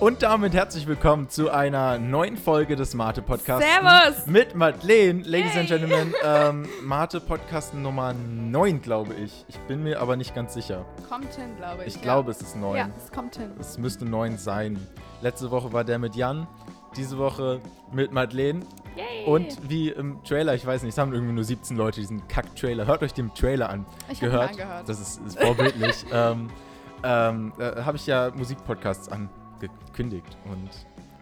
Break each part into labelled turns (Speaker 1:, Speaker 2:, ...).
Speaker 1: Und damit herzlich willkommen zu einer neuen Folge des Mate Podcasts.
Speaker 2: Servus!
Speaker 1: Mit Madeleine, Ladies
Speaker 2: Hey.
Speaker 1: and Gentlemen. Ähm, Mate Podcast Nummer 9, glaube ich. Ich bin mir aber nicht ganz sicher.
Speaker 2: Kommt hin, glaube ich.
Speaker 1: Ich glaube, es ist 9.
Speaker 2: Ja, es kommt hin.
Speaker 1: Es müsste 9 sein. Letzte Woche war der mit Jan. Diese Woche mit Madeleine.
Speaker 2: Yay.
Speaker 1: Und wie im Trailer, ich weiß nicht, es haben irgendwie nur 17 Leute diesen Kack-Trailer. Hört euch den Trailer an.
Speaker 2: Ich hab ihn
Speaker 1: gehört.
Speaker 2: angehört.
Speaker 1: Das ist, ist vorbildlich. ähm, ähm, äh, habe ich ja Musikpodcasts angekündigt und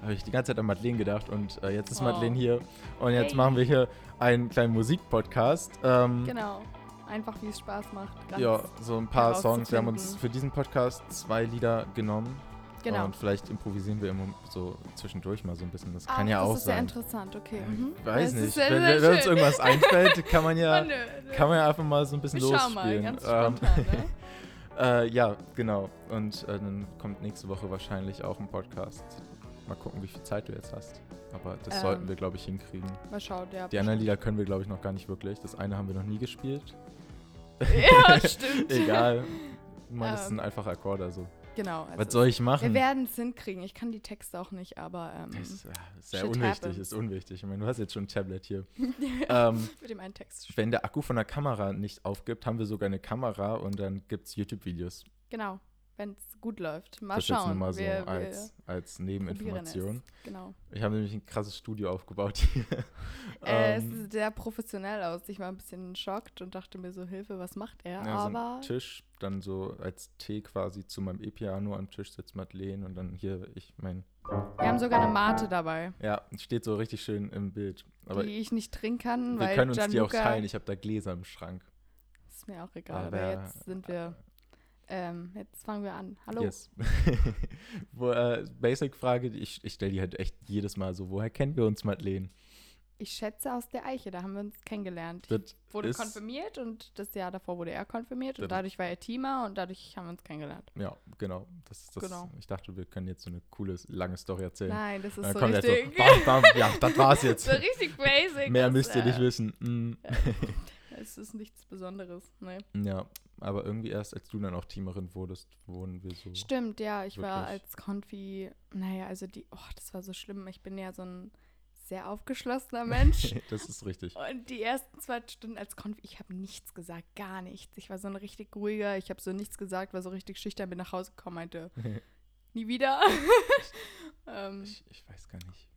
Speaker 1: habe ich die ganze Zeit an Madeleine gedacht und äh, jetzt ist
Speaker 2: Oh.
Speaker 1: Madeleine hier und jetzt
Speaker 2: Hey.
Speaker 1: machen wir hier einen kleinen Musikpodcast. Ähm,
Speaker 2: Genau. Einfach, wie es Spaß macht. Ganz.
Speaker 1: Ja, so ein paar Songs. Wir haben uns
Speaker 2: herauszufinden.
Speaker 1: für diesen Podcast zwei Lieder genommen.
Speaker 2: Genau.
Speaker 1: Und vielleicht improvisieren wir immer so zwischendurch mal so ein bisschen. Das
Speaker 2: Ah,
Speaker 1: kann ja
Speaker 2: das
Speaker 1: auch
Speaker 2: ist sehr
Speaker 1: sein.
Speaker 2: interessant, okay. Mhm.
Speaker 1: Ich weiß
Speaker 2: Das ist
Speaker 1: nicht.
Speaker 2: sehr,
Speaker 1: wenn
Speaker 2: sehr
Speaker 1: wenn uns
Speaker 2: schön.
Speaker 1: irgendwas einfällt, kann man ja,
Speaker 2: Oh, nö, nö.
Speaker 1: kann man ja einfach mal so ein bisschen
Speaker 2: Wir schauen mal,
Speaker 1: losspielen.
Speaker 2: ganz
Speaker 1: Ähm,
Speaker 2: spontan, ne?
Speaker 1: Äh, ja, genau. Und äh, dann kommt nächste Woche wahrscheinlich auch ein Podcast. Mal gucken, wie viel Zeit du jetzt hast. Aber das
Speaker 2: Ähm.
Speaker 1: sollten wir, glaube ich, hinkriegen.
Speaker 2: Mal schauen, ja.
Speaker 1: Die anderen Lieder können wir, glaube ich, noch gar nicht wirklich. Das eine haben wir noch nie gespielt.
Speaker 2: ja, stimmt.
Speaker 1: Egal. Ich meine, das
Speaker 2: Ähm.
Speaker 1: sind einfach Akkorde. Also.
Speaker 2: Genau. Also
Speaker 1: Was soll ich machen?
Speaker 2: wir werden es hinkriegen. Ich kann die Texte auch nicht, aber ähm,
Speaker 1: das ist, äh, ist sehr
Speaker 2: Shit
Speaker 1: unwichtig,
Speaker 2: happens.
Speaker 1: ist unwichtig. Ich meine, du hast jetzt schon ein Tablet hier. ähm,
Speaker 2: mit dem einen Text.
Speaker 1: wenn der Akku von der Kamera nicht aufgibt, haben wir sogar eine Kamera und dann gibt es YouTube-Videos.
Speaker 2: Genau. Wenn es gut läuft. Mal
Speaker 1: Das jetzt
Speaker 2: schauen.
Speaker 1: nur mal so
Speaker 2: wir,
Speaker 1: als, als
Speaker 2: wir probieren es.
Speaker 1: Nebeninformation.
Speaker 2: Genau.
Speaker 1: Ich habe nämlich ein krasses Studio aufgebaut hier.
Speaker 2: Äh, es
Speaker 1: Ähm,
Speaker 2: sieht sehr professionell aus. Ich war ein bisschen schockt und dachte mir so, Hilfe, was macht er?
Speaker 1: ja, so
Speaker 2: Aber
Speaker 1: ein Tisch, dann so als Tee quasi zu meinem E-Piano am Tisch sitzt Madeleine und dann hier, ich mein,
Speaker 2: wir haben sogar eine Mate dabei,
Speaker 1: ja, steht so richtig schön im Bild. Aber
Speaker 2: die ich nicht trinken kann,
Speaker 1: wir
Speaker 2: weil
Speaker 1: können uns
Speaker 2: Gianluca,
Speaker 1: die auch teilen. Ich habe da Gläser im Schrank.
Speaker 2: ist mir auch egal.
Speaker 1: Aber-
Speaker 2: Aber, jetzt sind wir, ähm, jetzt fangen wir an. Hallo.
Speaker 1: Yes. Wo, äh, Basic-Frage, ich, ich stelle die halt echt jedes Mal so, woher kennen wir uns, Madeleine?
Speaker 2: Ich schätze aus der Eiche, da haben wir uns kennengelernt.
Speaker 1: Das
Speaker 2: Ich wurde
Speaker 1: ist-
Speaker 2: konfirmiert und das Jahr davor wurde er konfirmiert und
Speaker 1: Dann-
Speaker 2: dadurch war er Teamer und dadurch haben wir uns kennengelernt.
Speaker 1: Ja, genau. Das, das,
Speaker 2: Genau.
Speaker 1: Ich dachte, wir können jetzt so eine coole, lange Story erzählen.
Speaker 2: Nein, das ist
Speaker 1: dann
Speaker 2: so
Speaker 1: kommt jetzt
Speaker 2: richtig.
Speaker 1: so, bam, bam, ja, das war's jetzt.
Speaker 2: so richtig basic.
Speaker 1: Mehr
Speaker 2: das,
Speaker 1: müsst ihr
Speaker 2: äh,
Speaker 1: nicht wissen. Mm.
Speaker 2: Es ist nichts Besonderes. ne? Nee.
Speaker 1: Ja, aber irgendwie erst als du dann auch Teamerin wurdest, wurden wir so.
Speaker 2: Stimmt, ja, ich war
Speaker 1: Wirklich.
Speaker 2: als Konfi, naja, also die, oh, das war so schlimm. Ich bin ja so ein sehr aufgeschlossener Mensch.
Speaker 1: das ist richtig.
Speaker 2: Und die ersten zwei Stunden als Konfi, ich habe nichts gesagt, gar nichts. Ich war so ein richtig ruhiger, ich habe so nichts gesagt, war so richtig schüchtern, bin nach Hause gekommen, meinte, nie wieder. ähm,
Speaker 1: Ich, ich weiß gar nicht.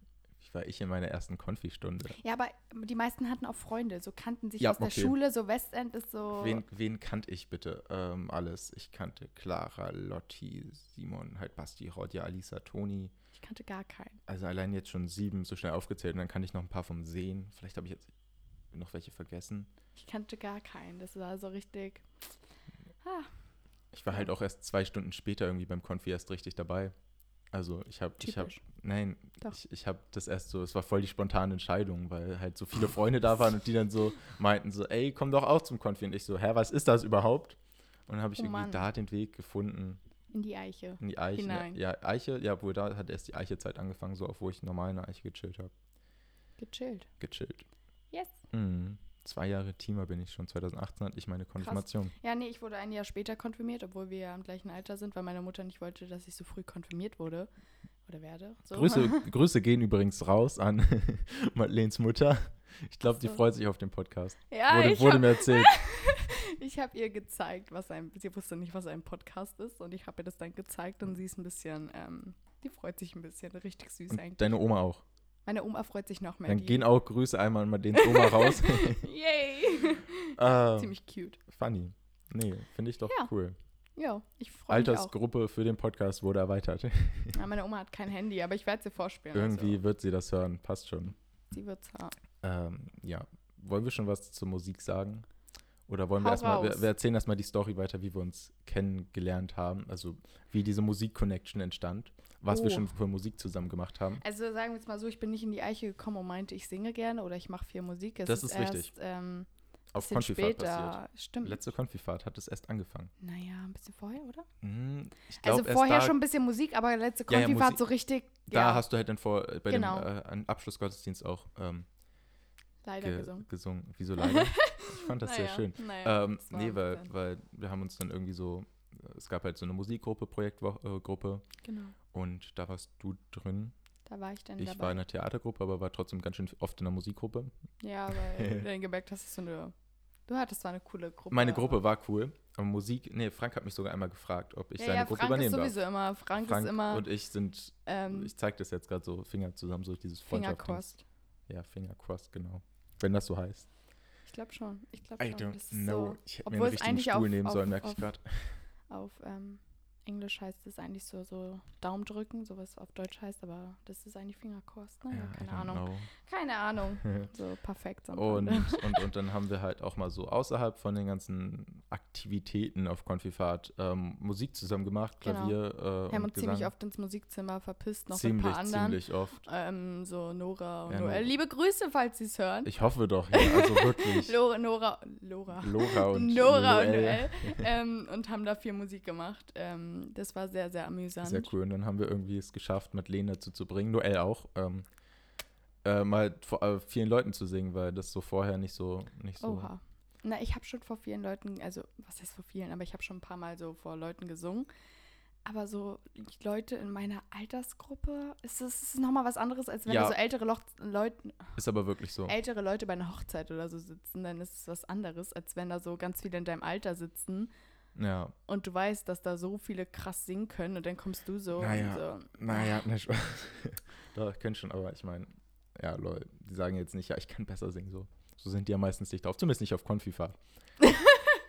Speaker 1: Wie war ich in meiner ersten Konfi-Stunde?
Speaker 2: ja, aber die meisten hatten auch Freunde, so kannten sich
Speaker 1: Ja,
Speaker 2: aus der
Speaker 1: okay.
Speaker 2: Schule, so Westend ist so.
Speaker 1: Wen, wen kannte ich bitte? Ähm, alles. Ich kannte Clara, Lotti, Simon, halt Basti, Rodja, Alisa, Toni.
Speaker 2: Ich kannte gar keinen.
Speaker 1: Also allein jetzt schon sieben so schnell aufgezählt und dann kannte ich noch ein paar vom Sehen. Vielleicht habe ich jetzt noch welche vergessen.
Speaker 2: Ich kannte gar keinen. Das war so richtig. Ah,
Speaker 1: Ich war halt auch erst zwei Stunden später irgendwie beim Konfi erst richtig dabei. Also ich habe, ich habe,
Speaker 2: Typisch.
Speaker 1: nein,
Speaker 2: Doch.
Speaker 1: ich, ich habe das erst so, es war voll die spontane Entscheidung, weil halt so viele Freunde da waren und die dann so meinten so, ey, komm doch auch zum Konfi. Und ich so, hä, was ist das überhaupt? Und dann habe ich
Speaker 2: Oh
Speaker 1: irgendwie
Speaker 2: Mann.
Speaker 1: da den Weg gefunden
Speaker 2: in die Eiche.
Speaker 1: in die Eiche.
Speaker 2: Hinein.
Speaker 1: Ja, Eiche, ja, wo da hat erst die Eichezeit angefangen, so auf wo ich normal in der Eiche gechillt habe.
Speaker 2: Gechillt.
Speaker 1: Gechillt.
Speaker 2: Yes.
Speaker 1: Mhm. Zwei Jahre Teamer bin ich schon. 2018 hatte ich meine Konfirmation.
Speaker 2: Ja, nee, ich wurde ein Jahr später konfirmiert, obwohl wir ja im gleichen Alter sind, weil meine Mutter nicht wollte, dass ich so früh konfirmiert wurde oder werde. So.
Speaker 1: Grüße, Grüße gehen übrigens raus an Madeleines Mutter. Ich glaube, die
Speaker 2: Ach so.
Speaker 1: freut sich auf den Podcast.
Speaker 2: Ja,
Speaker 1: wurde
Speaker 2: ich
Speaker 1: wurde
Speaker 2: habe
Speaker 1: mir erzählt.
Speaker 2: hab ihr gezeigt, was ein, sie wusste nicht, was ein Podcast ist und ich habe ihr das dann gezeigt und sie ist ein bisschen, ähm, die freut sich ein bisschen, richtig süß
Speaker 1: Und
Speaker 2: eigentlich.
Speaker 1: deine Oma auch.
Speaker 2: Meine Oma freut sich noch mehr.
Speaker 1: Dann
Speaker 2: die-
Speaker 1: gehen auch Grüße einmal an Madeleines Oma raus.
Speaker 2: Yay!
Speaker 1: äh,
Speaker 2: Ziemlich cute.
Speaker 1: funny. Nee, finde ich doch
Speaker 2: Ja,
Speaker 1: cool.
Speaker 2: Ja, ich freue mich auch.
Speaker 1: Altersgruppe für den Podcast wurde erweitert.
Speaker 2: Ja, also. meine Oma hat kein Handy, aber ich werde sie vorspielen.
Speaker 1: Irgendwie
Speaker 2: Also.
Speaker 1: wird sie das hören. Passt schon.
Speaker 2: Sie wird's haben.
Speaker 1: Ähm, ja. Wollen wir schon was zur Musik sagen? Oder wollen
Speaker 2: Hau
Speaker 1: wir erstmal, wir,
Speaker 2: raus.
Speaker 1: wir erzählen erstmal die Story weiter, wie wir uns kennengelernt haben, also wie diese Musik-Connection entstand, was wir
Speaker 2: Oh.
Speaker 1: schon für Musik zusammen gemacht haben.
Speaker 2: Also sagen wir es mal so, ich bin nicht in die Eiche gekommen und meinte, ich singe gerne oder ich mache viel Musik. Es
Speaker 1: Das ist richtig.
Speaker 2: Erst, ähm,
Speaker 1: auf
Speaker 2: bisschen
Speaker 1: Konfifahrt passiert. Hm.
Speaker 2: später. Stimmt.
Speaker 1: Letzte Konfifahrt hat es erst angefangen.
Speaker 2: naja, ein bisschen vorher, oder?
Speaker 1: Mhm, Ich glaube,
Speaker 2: also vorher
Speaker 1: da,
Speaker 2: schon ein bisschen Musik, aber letzte
Speaker 1: Ja, ja,
Speaker 2: Konfi war
Speaker 1: Musik-
Speaker 2: so richtig.
Speaker 1: Da
Speaker 2: ja,
Speaker 1: hast du halt dann vor, äh, bei
Speaker 2: Genau.
Speaker 1: dem äh, an- Abschlussgottesdienst auch ähm,
Speaker 2: leider
Speaker 1: ge
Speaker 2: gesungen.
Speaker 1: gesungen. Wieso leider? ich fand das sehr
Speaker 2: Naja,
Speaker 1: schön.
Speaker 2: Naja,
Speaker 1: ähm,
Speaker 2: das war
Speaker 1: nee,
Speaker 2: ein
Speaker 1: weil,
Speaker 2: bisschen-
Speaker 1: weil wir haben uns dann irgendwie so, es gab halt so eine Musikgruppe, Projektgruppe
Speaker 2: Genau.
Speaker 1: Und da warst du drin.
Speaker 2: Da war ich dann
Speaker 1: Ich war ne-
Speaker 2: dabei.
Speaker 1: in der Theatergruppe, aber war trotzdem ganz schön oft in der Musikgruppe.
Speaker 2: ja, weil du dann gemerkt hast, dass du eine. Du hattest zwar eine coole Gruppe.
Speaker 1: Meine
Speaker 2: aber-
Speaker 1: Gruppe war cool. Aber Musik, nee, Frank hat mich sogar einmal gefragt, ob ich
Speaker 2: ja,
Speaker 1: seine
Speaker 2: ja,
Speaker 1: Gruppe
Speaker 2: Frank
Speaker 1: übernehmen
Speaker 2: ist
Speaker 1: darf.
Speaker 2: sowieso immer. Frank,
Speaker 1: Frank
Speaker 2: ist immer
Speaker 1: und ich sind,
Speaker 2: ähm,
Speaker 1: ich zeige das jetzt gerade so, Finger zusammen, so dieses Freundschaftsding.
Speaker 2: Fingerkost.
Speaker 1: Ja, Fingercrossed, genau. Wenn das so heißt.
Speaker 2: Ich glaube schon. Ich glaube
Speaker 1: I
Speaker 2: schon.
Speaker 1: don't
Speaker 2: Das ist
Speaker 1: know.
Speaker 2: so.
Speaker 1: ich hätte mir
Speaker 2: obwohl
Speaker 1: einen
Speaker 2: es
Speaker 1: richtigen
Speaker 2: eigentlich
Speaker 1: Stuhl
Speaker 2: auf-
Speaker 1: nehmen sollen,
Speaker 2: auf-
Speaker 1: merke ich
Speaker 2: auf-
Speaker 1: gerade.
Speaker 2: Auf ähm, Englisch heißt es eigentlich so, so Daumen drücken, so was auf Deutsch heißt, aber das ist eigentlich Fingerkost. Ne? Ja,
Speaker 1: I
Speaker 2: keine
Speaker 1: don't
Speaker 2: Ahnung. Oh
Speaker 1: know.
Speaker 2: Keine Ahnung. So perfekt. am
Speaker 1: Und,
Speaker 2: Ende.
Speaker 1: und, und dann haben wir halt auch mal so außerhalb von den ganzen Aktivitäten auf Konfifat ähm, Musik zusammen gemacht,
Speaker 2: Genau.
Speaker 1: Klavier äh,
Speaker 2: Wir haben
Speaker 1: und
Speaker 2: uns
Speaker 1: Gesang.
Speaker 2: ziemlich oft ins Musikzimmer verpisst, noch
Speaker 1: ziemlich,
Speaker 2: mit ein paar anderen.
Speaker 1: ziemlich oft.
Speaker 2: Ähm, so Nora und
Speaker 1: Ja,
Speaker 2: Noel.
Speaker 1: Nora.
Speaker 2: Liebe Grüße, falls Sie es hören.
Speaker 1: Ich hoffe doch, ja, also wirklich.
Speaker 2: Lore, Nora, Lora.
Speaker 1: Lora und
Speaker 2: Nora und
Speaker 1: Noel.
Speaker 2: Noel. ähm, und haben da viel Musik gemacht. Ähm, das war sehr, sehr amüsant.
Speaker 1: Sehr cool. Und dann haben wir irgendwie es geschafft, Madeleine dazu zu bringen, Noel auch, ähm, äh, mal vor äh, vielen Leuten zu singen, weil das so vorher nicht so, nicht so
Speaker 2: Oha. Na, ich habe schon vor vielen Leuten, also was heißt vor vielen, aber ich habe schon ein paar Mal so vor Leuten gesungen. Aber so Leute in meiner Altersgruppe, ist das ist nochmal was anderes, als wenn
Speaker 1: Ja.
Speaker 2: da so ältere, Loch, Leut,
Speaker 1: ist aber wirklich so.
Speaker 2: ältere Leute bei einer Hochzeit oder so sitzen, dann ist es was anderes, als wenn da so ganz viele in deinem Alter sitzen
Speaker 1: Ja.
Speaker 2: und du weißt, dass da so viele krass singen können und dann kommst du so
Speaker 1: Naja,
Speaker 2: und so.
Speaker 1: Naja, ne Spaß. Doch, können schon, aber ich meine, ja, Leute, die sagen jetzt nicht, ja, ich kann besser singen, so. So sind die ja meistens nicht drauf, zumindest nicht auf Konfifa.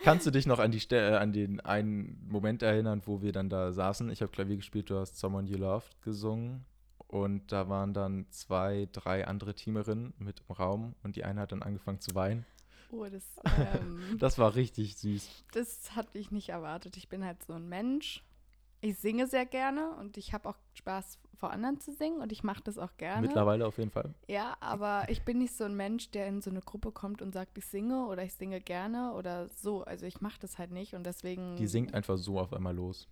Speaker 1: Kannst du dich noch an die Ste äh, an den einen Moment erinnern, wo wir dann da saßen? Ich habe Klavier gespielt, du hast Someone You Loved gesungen und da waren dann zwei, drei andere Teamerinnen mit im Raum und die eine hat dann angefangen zu weinen.
Speaker 2: Oh, das, ähm,
Speaker 1: Das war richtig süß.
Speaker 2: das hatte ich nicht erwartet. Ich bin halt so ein Mensch. Ich singe sehr gerne und ich habe auch Spaß, vor anderen zu singen und ich mache das auch gerne.
Speaker 1: Mittlerweile auf jeden Fall.
Speaker 2: Ja, aber ich bin nicht so ein Mensch, der in so eine Gruppe kommt und sagt, ich singe oder ich singe gerne oder so. Also ich mache das halt nicht und deswegen.
Speaker 1: Die singt einfach so auf einmal los.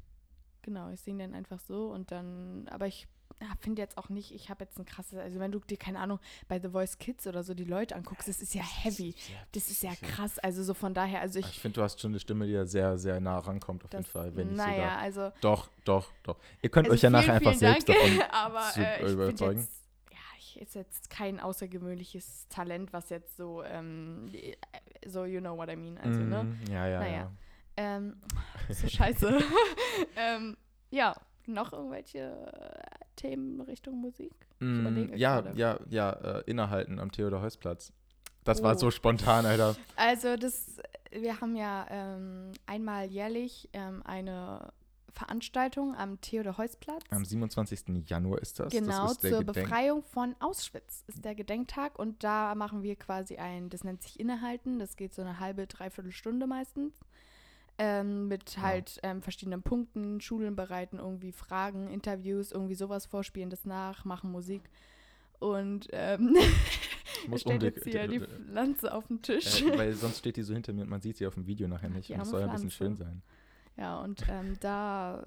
Speaker 2: Genau, ich singe dann einfach so und dann, aber ich ah, finde jetzt auch nicht, ich habe jetzt ein krasses, also wenn du dir, keine Ahnung, bei The Voice Kids oder so die Leute anguckst, das ist ja heavy. Das ist ja krass. Also so von daher, also
Speaker 1: Ich,
Speaker 2: ich.
Speaker 1: finde, du hast schon eine Stimme, die da sehr, sehr nah rankommt, auf
Speaker 2: Das,
Speaker 1: jeden Fall. Wenn nicht
Speaker 2: naja, also.
Speaker 1: sogar. Doch, doch, doch. Ihr könnt
Speaker 2: also
Speaker 1: euch ja nachher
Speaker 2: vielen,
Speaker 1: einfach
Speaker 2: vielen
Speaker 1: selbst
Speaker 2: Dank,
Speaker 1: davon.
Speaker 2: aber,
Speaker 1: zu
Speaker 2: äh, ich find
Speaker 1: überzeugen.
Speaker 2: Jetzt, ja, ich ist jetzt kein außergewöhnliches Talent, was jetzt so, ähm, äh, so you know what I mean, also, ne?
Speaker 1: Mm, Ja, ja,
Speaker 2: Naja.
Speaker 1: ja.
Speaker 2: Ähm, so scheiße. ähm, ja, noch irgendwelche äh, Themen Richtung Musik?
Speaker 1: Mm,
Speaker 2: überlege
Speaker 1: Ja,
Speaker 2: gerade.
Speaker 1: ja, ja, äh, innehalten am Theodor-Heuss-Platz. Das war
Speaker 2: Oh.
Speaker 1: so spontan, Alter.
Speaker 2: Also das, wir haben ja ähm, einmal jährlich ähm, eine Veranstaltung am Theodor-Heuss-Platz.
Speaker 1: Am 27. Januar ist das.
Speaker 2: Genau,
Speaker 1: das ist der
Speaker 2: zur
Speaker 1: Gedenk-
Speaker 2: Befreiung von Auschwitz ist der Gedenktag und da machen wir quasi ein, das nennt sich Innehalten, das geht so eine halbe, dreiviertel Stunde meistens. Ähm,
Speaker 1: Ah.
Speaker 2: mit halt ähm, verschiedenen Punkten, Schulen bereiten, irgendwie Fragen, Interviews, irgendwie sowas vorspielen, das nach, machen Musik. Und ähm,
Speaker 1: Ich
Speaker 2: ich
Speaker 1: muss
Speaker 2: stelle
Speaker 1: um die,
Speaker 2: jetzt hier die Lanze auf den Tisch.
Speaker 1: äh, weil sonst steht die so hinter mir und man sieht sie auf dem Video nachher nicht.
Speaker 2: Die
Speaker 1: Und das
Speaker 2: arme
Speaker 1: soll ja ein bisschen schön
Speaker 2: Pflanze.
Speaker 1: sein.
Speaker 2: Ja, und ähm, da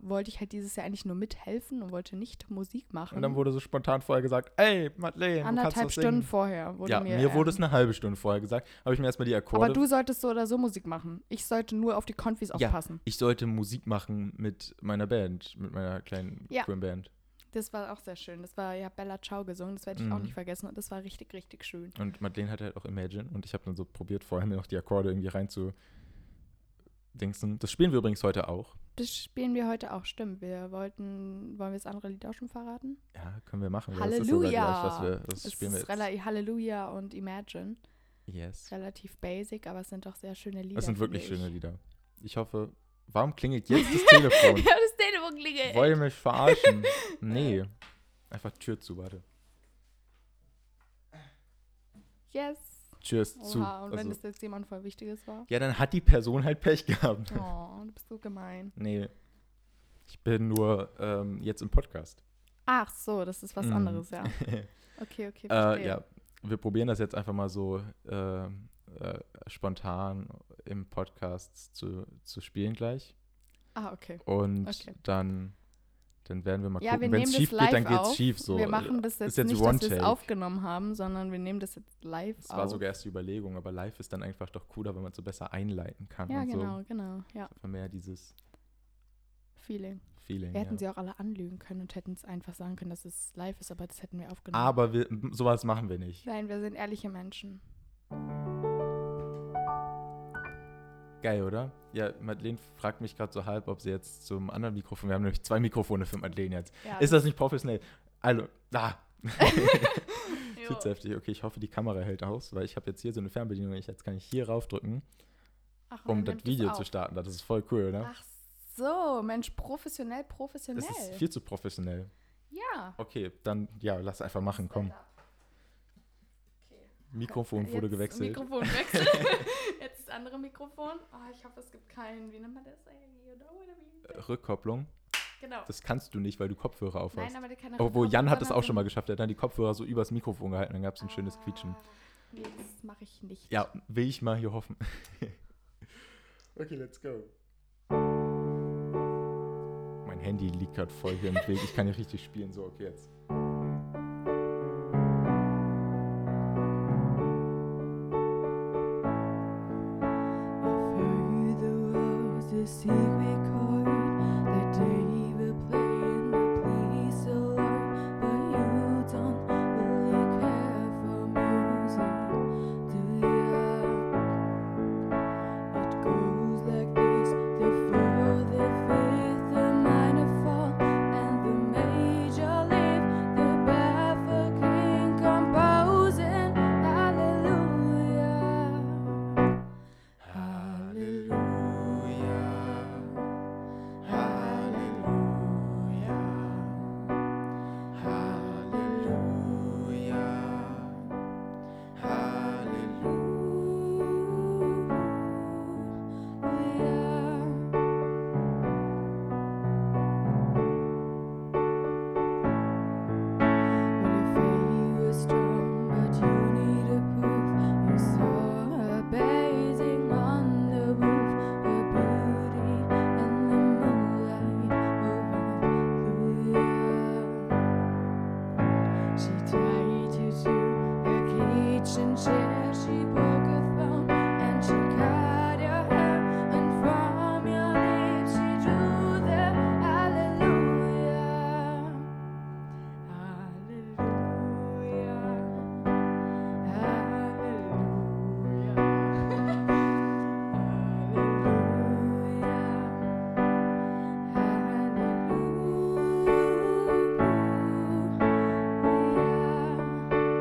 Speaker 2: wollte ich halt dieses Jahr eigentlich nur mithelfen und wollte nicht Musik machen.
Speaker 1: Und dann wurde so spontan vorher gesagt, ey, Madeleine, du kannst
Speaker 2: Anderthalb
Speaker 1: das singen.
Speaker 2: Stunden vorher wurde
Speaker 1: ja,
Speaker 2: mir,
Speaker 1: mir, wurde
Speaker 2: ähm,
Speaker 1: es eine halbe Stunde vorher gesagt. Habe ich mir erstmal die Akkorde
Speaker 2: Aber du solltest so oder so Musik machen. Ich sollte nur auf die Konfis
Speaker 1: Ja.
Speaker 2: aufpassen.
Speaker 1: ich sollte Musik machen mit meiner Band, mit meiner kleinen
Speaker 2: Ja.
Speaker 1: coolen Band.
Speaker 2: Das war auch sehr schön. Das war ja Bella Ciao gesungen, das werde ich auch
Speaker 1: Mhm.
Speaker 2: nicht vergessen und das war richtig, richtig schön.
Speaker 1: Und Madeleine hatte halt auch Imagine und ich habe dann so probiert, vorher mir noch die Akkorde irgendwie rein zu dingsen. Das spielen wir übrigens heute auch.
Speaker 2: Das spielen wir heute auch, stimmt. Wir wollten, wollen wir das andere Lied auch schon verraten?
Speaker 1: Ja, können wir machen. weil Das ist sogar gleich, was wir, das
Speaker 2: Es
Speaker 1: spielen wir
Speaker 2: ist
Speaker 1: jetzt.
Speaker 2: rela- Halleluja und Imagine.
Speaker 1: yes.
Speaker 2: Relativ basic, aber es sind doch sehr schöne Lieder.
Speaker 1: Das sind
Speaker 2: finde
Speaker 1: wirklich
Speaker 2: ich.
Speaker 1: schöne Lieder. Ich hoffe, warum klingelt jetzt das Telefon?
Speaker 2: Ja, das Telefon klingelt.
Speaker 1: Wollt ihr mich verarschen? Nee. Einfach Tür zu, warte.
Speaker 2: Yes.
Speaker 1: Tür ist zu.
Speaker 2: Oha, und wenn
Speaker 1: Also-
Speaker 2: das jetzt jemand voll Wichtiges war.
Speaker 1: ja, dann hat die Person halt Pech gehabt.
Speaker 2: Oh, du bist so gemein.
Speaker 1: Nee. Ich bin nur ähm, jetzt im Podcast.
Speaker 2: Ach so, das ist was
Speaker 1: Mhm.
Speaker 2: anderes, ja. Okay, okay, verstehe.
Speaker 1: Äh, ja, wir probieren das jetzt einfach mal so äh, äh, spontan im Podcast zu, zu spielen gleich.
Speaker 2: Ah, okay.
Speaker 1: Und
Speaker 2: Okay.
Speaker 1: dann, dann werden wir mal
Speaker 2: Ja, wir
Speaker 1: gucken. Wenn
Speaker 2: nehmen
Speaker 1: es schief
Speaker 2: das live
Speaker 1: geht, dann geht's
Speaker 2: auf.
Speaker 1: schief. So.
Speaker 2: wir machen das jetzt,
Speaker 1: ist jetzt
Speaker 2: nicht,
Speaker 1: One
Speaker 2: dass wir es
Speaker 1: Take.
Speaker 2: aufgenommen haben, sondern wir nehmen das jetzt live
Speaker 1: Das
Speaker 2: auf.
Speaker 1: war sogar erst die Überlegung, aber live ist dann einfach doch cooler, wenn man es so besser einleiten kann.
Speaker 2: ja,
Speaker 1: und
Speaker 2: genau,
Speaker 1: so.
Speaker 2: genau. Ja.
Speaker 1: Einfach mehr dieses
Speaker 2: Feeling.
Speaker 1: Feeling.
Speaker 2: Wir hätten
Speaker 1: ja.
Speaker 2: sie auch alle anlügen können und hätten es einfach sagen können, dass es live ist, aber das hätten wir aufgenommen.
Speaker 1: Aber wir, sowas machen wir nicht.
Speaker 2: Nein, wir sind ehrliche Menschen.
Speaker 1: Geil, oder? Ja, Madeleine fragt mich gerade so halb, ob sie jetzt zum anderen Mikrofon. Wir haben nämlich zwei Mikrofone für Madeleine jetzt.
Speaker 2: Ja,
Speaker 1: Ist das nicht professionell? Also, da.
Speaker 2: Jo.
Speaker 1: Find's heftig. Okay, ich hoffe, die Kamera hält aus, weil ich habe jetzt hier so eine Fernbedienung. Ich, jetzt kann ich hier raufdrücken,
Speaker 2: Ach, und
Speaker 1: um
Speaker 2: Oh, dann
Speaker 1: das
Speaker 2: nimmt es
Speaker 1: Video zu
Speaker 2: auf.
Speaker 1: starten. Das ist voll cool, oder?
Speaker 2: Ach so, Mensch, professionell, professionell.
Speaker 1: das ist viel zu professionell.
Speaker 2: ja.
Speaker 1: Okay, dann ja, lass einfach machen. Komm,
Speaker 2: Okay.
Speaker 1: Mikrofon wurde
Speaker 2: Jetzt
Speaker 1: gewechselt.
Speaker 2: Mikrofonwechsel. Jetzt das andere Mikrofon. Oh, ich hoffe, es gibt keinen. Wie nennt man das eigentlich? Oder oder wie?
Speaker 1: Äh, Rückkopplung.
Speaker 2: Genau.
Speaker 1: Das kannst du nicht, weil du Kopfhörer auf hast.
Speaker 2: Nein, aber der kann Ah.
Speaker 1: Obwohl Jan hat das auch schon mal geschafft. Er hat dann die Kopfhörer so übers Mikrofon gehalten. Dann gab es ein schönes Quietschen.
Speaker 2: Nee, das mache ich nicht.
Speaker 1: Ja, will ich mal hier hoffen. okay, let's go. Mein Handy liegt gerade voll hier im Weg. Ich kann hier richtig spielen. So, okay, jetzt.
Speaker 3: Hallelujah.
Speaker 1: Halleluja. Halleluja. Halleluja.
Speaker 3: She tied you to her kitchen chair. She broke a thumb and she cut your hair. And from your lips she drew the Hallelujah. Hallelujah. Hallelujah. Hallelujah. Hallelujah.